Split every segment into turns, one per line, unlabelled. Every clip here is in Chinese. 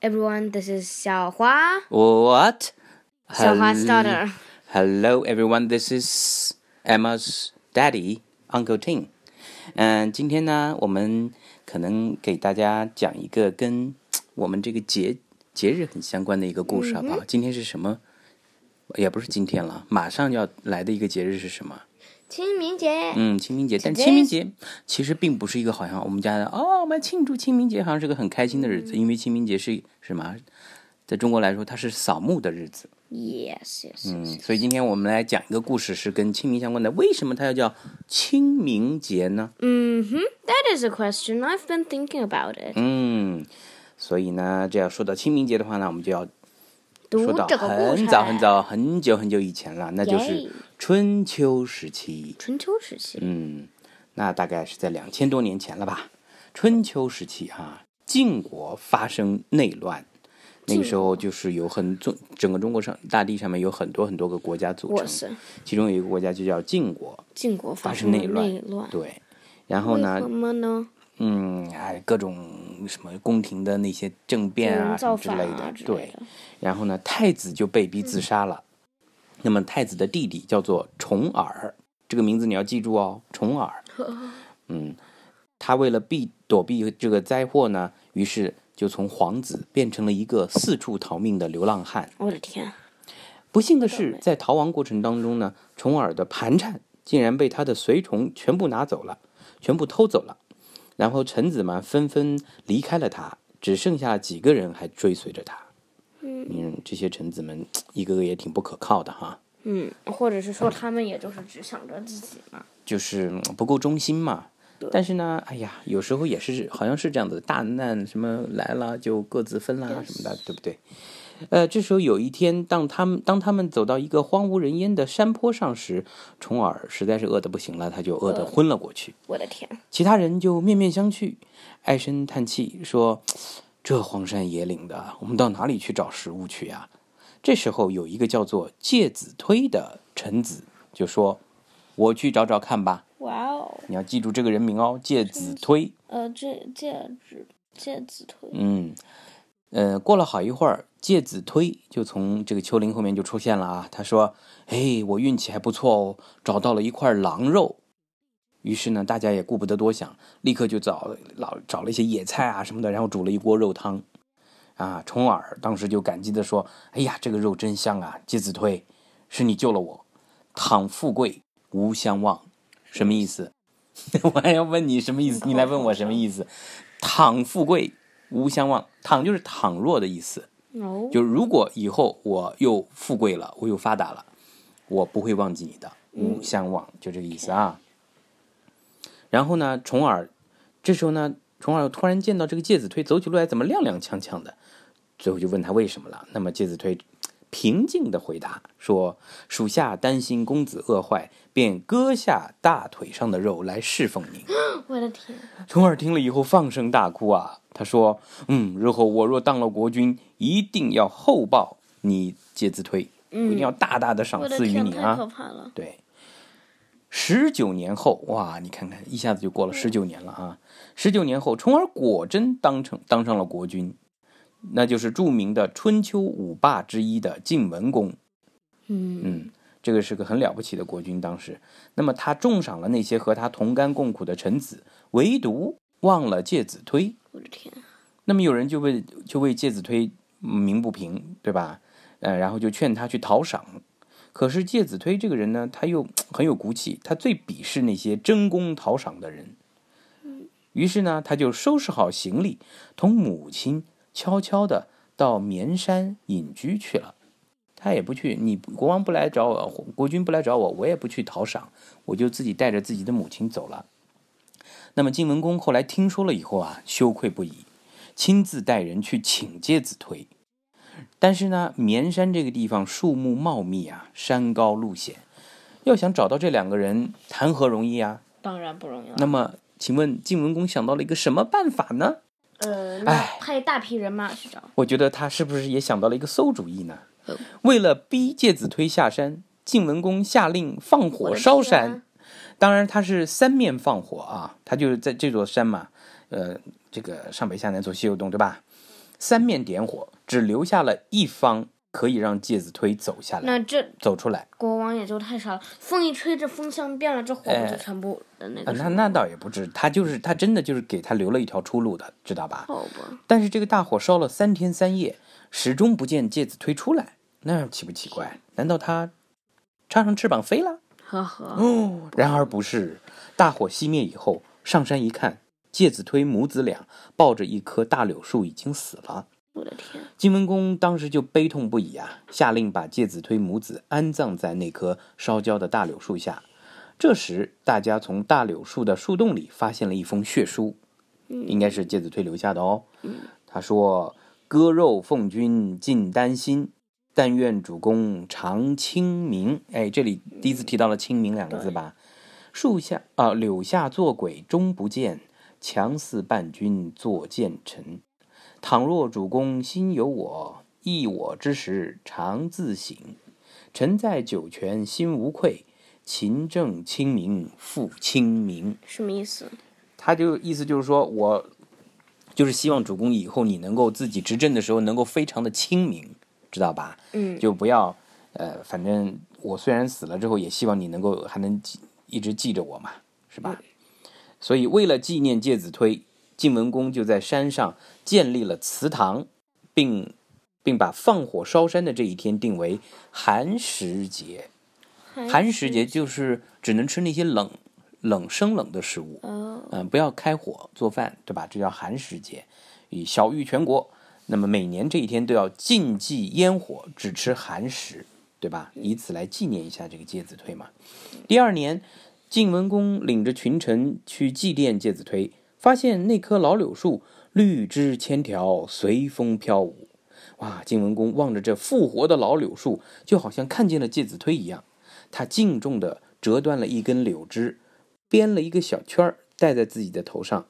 everyone. This is Xiaohua,
What?
Xiaohua's
Hel-
daughter.
Hello, everyone. This is Emma's daddy, Uncle Tim. 嗯，今天呢，我们可能给大家讲一个跟我们这个节节日很相关的一个故事，好不好？今天是什么？也不是今天了，马上就要来的一个节日是什么？
清明节。
嗯，清明节，但
Today
清明节其实并不是一个好像我们家的哦，我们庆祝清明节好像是个很开心的日子，因为清明节是什么？在中国来说，它是扫墓的日子。
Yes, yes,
嗯，所以今天我们来讲一个故事，是跟清明相关的。为什么它要叫清明节呢？
Mm-hmm. That is a question. I've been thinking about it.
嗯，所以呢，这要说到清明节的话呢，我们就要说
读
到
这个故事。
很早很。早很久很久以前了，那就
耶
是春秋时期。
春秋时期。
嗯，那大概是在两千多年前了吧，春秋时期哈、晋国发生内乱，那个时候就是有很中整个中国上大地上面有很多很多个国家组
哇
成，
塞，
其中有一个国家就叫晋国，
晋国发
发
生
生
了
内乱，
内乱。
对，然后
为
呢
什，么呢？
嗯，哎，各种什么宫廷的那些政变啊
人
什么
造
之
反
类
啊
的，
之类
对，
的。
然后呢，太子就被逼自杀了。那么太子的弟弟叫做重耳，这个名字你要记住哦，重耳。嗯，他为了避躲避这个灾祸呢，于是就从皇子变成了一个四处逃命的流浪汉。
我的天，
不幸的是，在逃亡过程当中呢，重耳的盘缠竟然被他的随从全部拿走了，全部偷走了。然后臣子们纷纷离开了他，只剩下几个人还追随着他。嗯，这些臣子们一个个也挺不可靠的哈，
嗯，或者是说他们也就是只想着自己嘛。
就是嗯不够忠心嘛。但是呢，哎呀，有时候也是好像是这样子，大难什么来了就各自分啦什么的，对不对？呃，这时候有一天，当他们当他们走到一个荒无人烟的山坡上时，重耳实在是饿得不行了，他就饿得昏了过去。
我的天，
其他人就面面相觑，唉声叹气说：“这荒山野岭的，我们到哪里去找食物去呀、这时候有一个叫做介子推的臣子就说：“我去找找看吧。
哇哦！”
你要记住这个人名哦，介子推。
呃，这戒指戒指腿。
嗯，呃，过了好一会儿，介子推就从这个丘陵后面就出现了啊。他说：“嘿，我运气还不错哦，找到了一块狼肉。”于是呢，大家也顾不得多想，立刻就找老找了一些野菜啊什么的，然后煮了一锅肉汤。啊，重耳当时就感激地说：“哎呀，这个肉真香啊！介子推，是你救了我，倘富贵无相忘，什么意思？ 我还要问你什么意思？你来问我什么意思？倘富贵无相忘，倘就是倘若的意思，
哦，
就是如果以后我又富贵了，我又发达了，我不会忘记你的，无相忘，就这个意思啊。然后呢，重耳，这时候呢，重耳突然见到这个介子推走起路来怎么踉踉跄跄的，最后就问他为什么了。那么介子推平静的回答说：“属下担心公子饿坏，便割下大腿上的肉来侍奉您。”
我的天，
重耳听了以后放声大哭啊！他说：“嗯，日后我若当了国君，一定要厚报你介子推，我一定要大大的赏
嗯我的
赐于
天，
你
太可
啊
怕了！”！
对，十九年后，哇，你看看，一下子就过
嗯
了十九年了啊！十九年后，重耳果真当成当上了国君，那就是著名的春秋五霸之一的晋文公。
嗯，
嗯，这个是个很了不起的国君。当时，那么他重赏了那些和他同甘共苦的臣子，唯独忘了介子推。
我的天，
那么有人就为就为介子推嗯鸣不平，对吧？呃，然后就劝他去讨赏。可是介子推这个人呢，他又很有骨气，他最鄙视那些争功讨赏的人。于是呢，他就收拾好行李，同母亲悄悄的到绵山隐居去了。他也不去，你国王不来找我，国君不来找我，我也不去讨赏，我就自己带着自己的母亲走了。那么晋文公后来听说了以后啊，羞愧不已，亲自带人去请介子推。但是呢，绵山这个地方树木茂密啊，山高路险，要想找到这两个人，谈何容易啊！
当然不容易了。
那么，请问晋文公想到了一个什么办法呢？
呃，
唉
那派一大批人马去找。
我觉得他是不是也想到了一个馊主意呢
嗯？
为了逼介子推下山，晋文公下令放
我
火
的天啊
烧山。当然，他是三面放火啊，他就是在这座山嘛，呃，这个上北下南左西右东，对吧？三面点火，只留下了一方可以让介子推走下来，
那这
走出来。
国王也就太傻了，风一吹，这风向变了，这火不就全部的那
啊
个什
哎那
么？
那倒也不至，他就是他真的就是给他留了一条出路的，知道吧？
好吧，
但是这个大火烧了三天三夜，始终不见介子推出来，那奇不奇怪？难道他插上翅膀飞了？
呵呵，
哦，然而不是。大火熄灭以后，上山一看，介子推母子俩抱着一棵大柳树已经死了。
我的天，
晋文公当时就悲痛不已啊，下令把介子推母子安葬在那棵烧焦的大柳树下。这时，大家从大柳树的树洞里发现了一封血书，应该是介子推留下的哦。他说：“割肉奉君尽丹心，但愿主公常清明。”哎，这里第一次提到了“清明”两个字吧？树下啊、柳下做鬼终不见，强似伴君作谏臣。倘若主公心有我，忆我之时常自省。臣在九泉心无愧，勤政清明复清明。
什么意思？
他就意思就是说我就是希望主公以后你能够自己执政的时候能够非常的清明，知道吧？
嗯，
就不要呃，反正我虽然死了之后，也希望你能够还能记一直记着我嘛，是吧？所以为了纪念介子推，晋文公就在山上建立了祠堂，并并把放火烧山的这一天定为寒食节。寒食节就是只能吃那些冷冷生冷的食物，
哦，
嗯，不要开火做饭，对吧？这叫寒食节，以小喻全国。那么每年这一天都要禁忌烟火，只吃寒食，对吧？以此来纪念一下这个介子推嘛。第二年，晋文公领着群臣去祭奠介子推，发现那棵老柳树绿枝千条，随风飘舞。哇！晋文公望着这复活的老柳树，就好像看见了介子推一样，他敬重地折断了一根柳枝，编了一个小圈儿戴在自己的头上。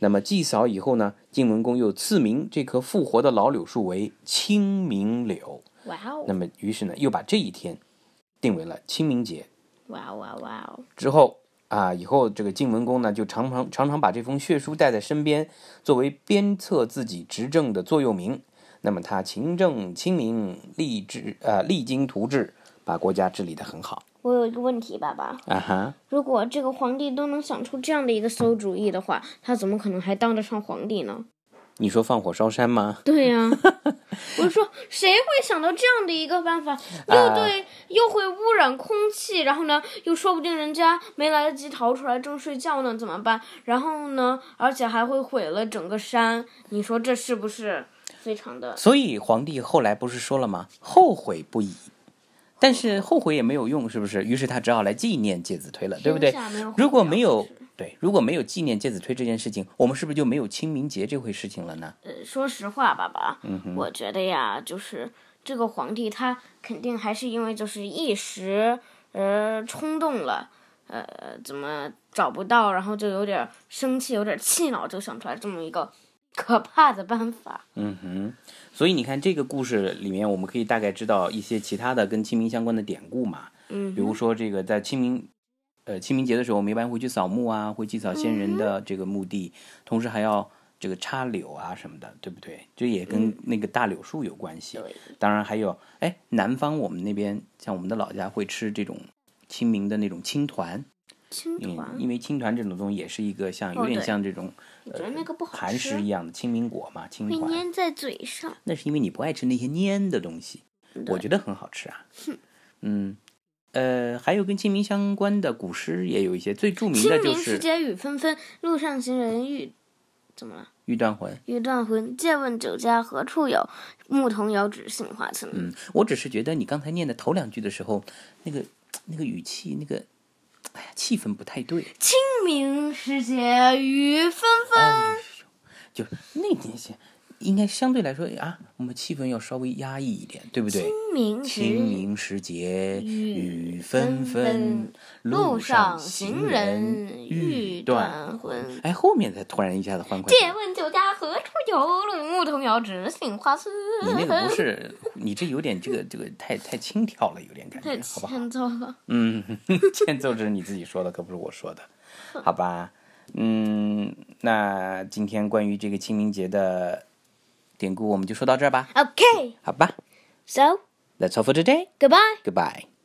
那么祭扫以后呢，晋文公又赐名这棵复活的老柳树为清明柳。
哇哦
那，么于是呢，又把这一天定为了清明节。
哇哇哇哦，
之后啊，以后这个晋文公呢，就常常常常把这封血书带在身边，作为鞭策自己执政的座右铭。那么他勤政清明，励志呃励精图治，把国家治理得很好
我有一个问题，爸爸，
啊哈。
如果这个皇帝都能想出这样的一个馊主意的话，他怎么可能还当得上皇帝呢？
你说放火烧山吗？
对呀、我就说谁会想到这样的一个办法，又对、又会污染空气，然后呢，又说不定人家没来得及逃出来，正睡觉呢，怎么办？然后呢，而且还会毁了整个山，你说这是不是非常的？
所以皇帝后来不是说了吗？后悔不已。但是后悔也没有用，是不是？于是他只好来纪念介子推了，对不对
天下没有后悔？
如果没有
药
对，如果没有纪念介子推这件事情，我们是不是就没有清明节这回事情了呢？
呃，说实话，爸爸，
嗯
我觉得呀，就是这个皇帝他肯定还是因为就是一时呃冲动了，呃，怎么找不到，然后就有点生气，有点气恼，就想出来这么一个 可怕的办法。
嗯哼，所以你看这个故事里面，我们可以大概知道一些其他的跟清明相关的典故嘛，
嗯
比如说这个在清明，呃清明节的时候，我们一般会去扫墓啊，会祭扫先
嗯
人的这个墓地，同时还要这个插柳啊什么的，对不对？这也跟
嗯
那个大柳树有关系。
对
当然还有，哎，南方我们那边像我们的老家会吃这种清明的那种青团，
青
嗯，
团，
因为青团这种东西也是一个像有
哦
点
对
像这种
你觉得那个不好
寒食
吃
一？样的清明果嘛，青
会
团。
粘在嘴上，
那是因为你不爱吃那些粘的东西。我觉得很好吃啊。嗯，呃，还有跟清明相关的古诗也有一些，最著名的
清
就
明
是
时
《
节雨纷纷，路上行人欲怎么了？
玉断魂》。
欲断魂。借问酒家何处有？牧童遥指杏花村。
嗯，我只是觉得你刚才念的头两句的时候，那个那个语气，那个哎呀，气氛不太对。
清明时节雨纷纷。
哎呦，就是那那些，应该相对来说啊，我们气氛要稍微压抑一点，对不对？
清明时
清明时节雨纷纷
纷，
路
路
上
上
行
行
人
人
欲
欲
断
断
魂
魂。
哎，后面才突然一下子欢快起来
借。问酒家何处有？路牧童遥指杏花村。
你那个不是，你这有点这个这个太太轻佻了，有点感觉，好不好？
欠揍了。
嗯， 欠揍这是你自己说的，可不是我说的，好吧？嗯，那今天关于这个清明节的典故我们就说到这儿吧，
Okay,
好吧
so
，That's all for today.
goodbye.
Goodbye.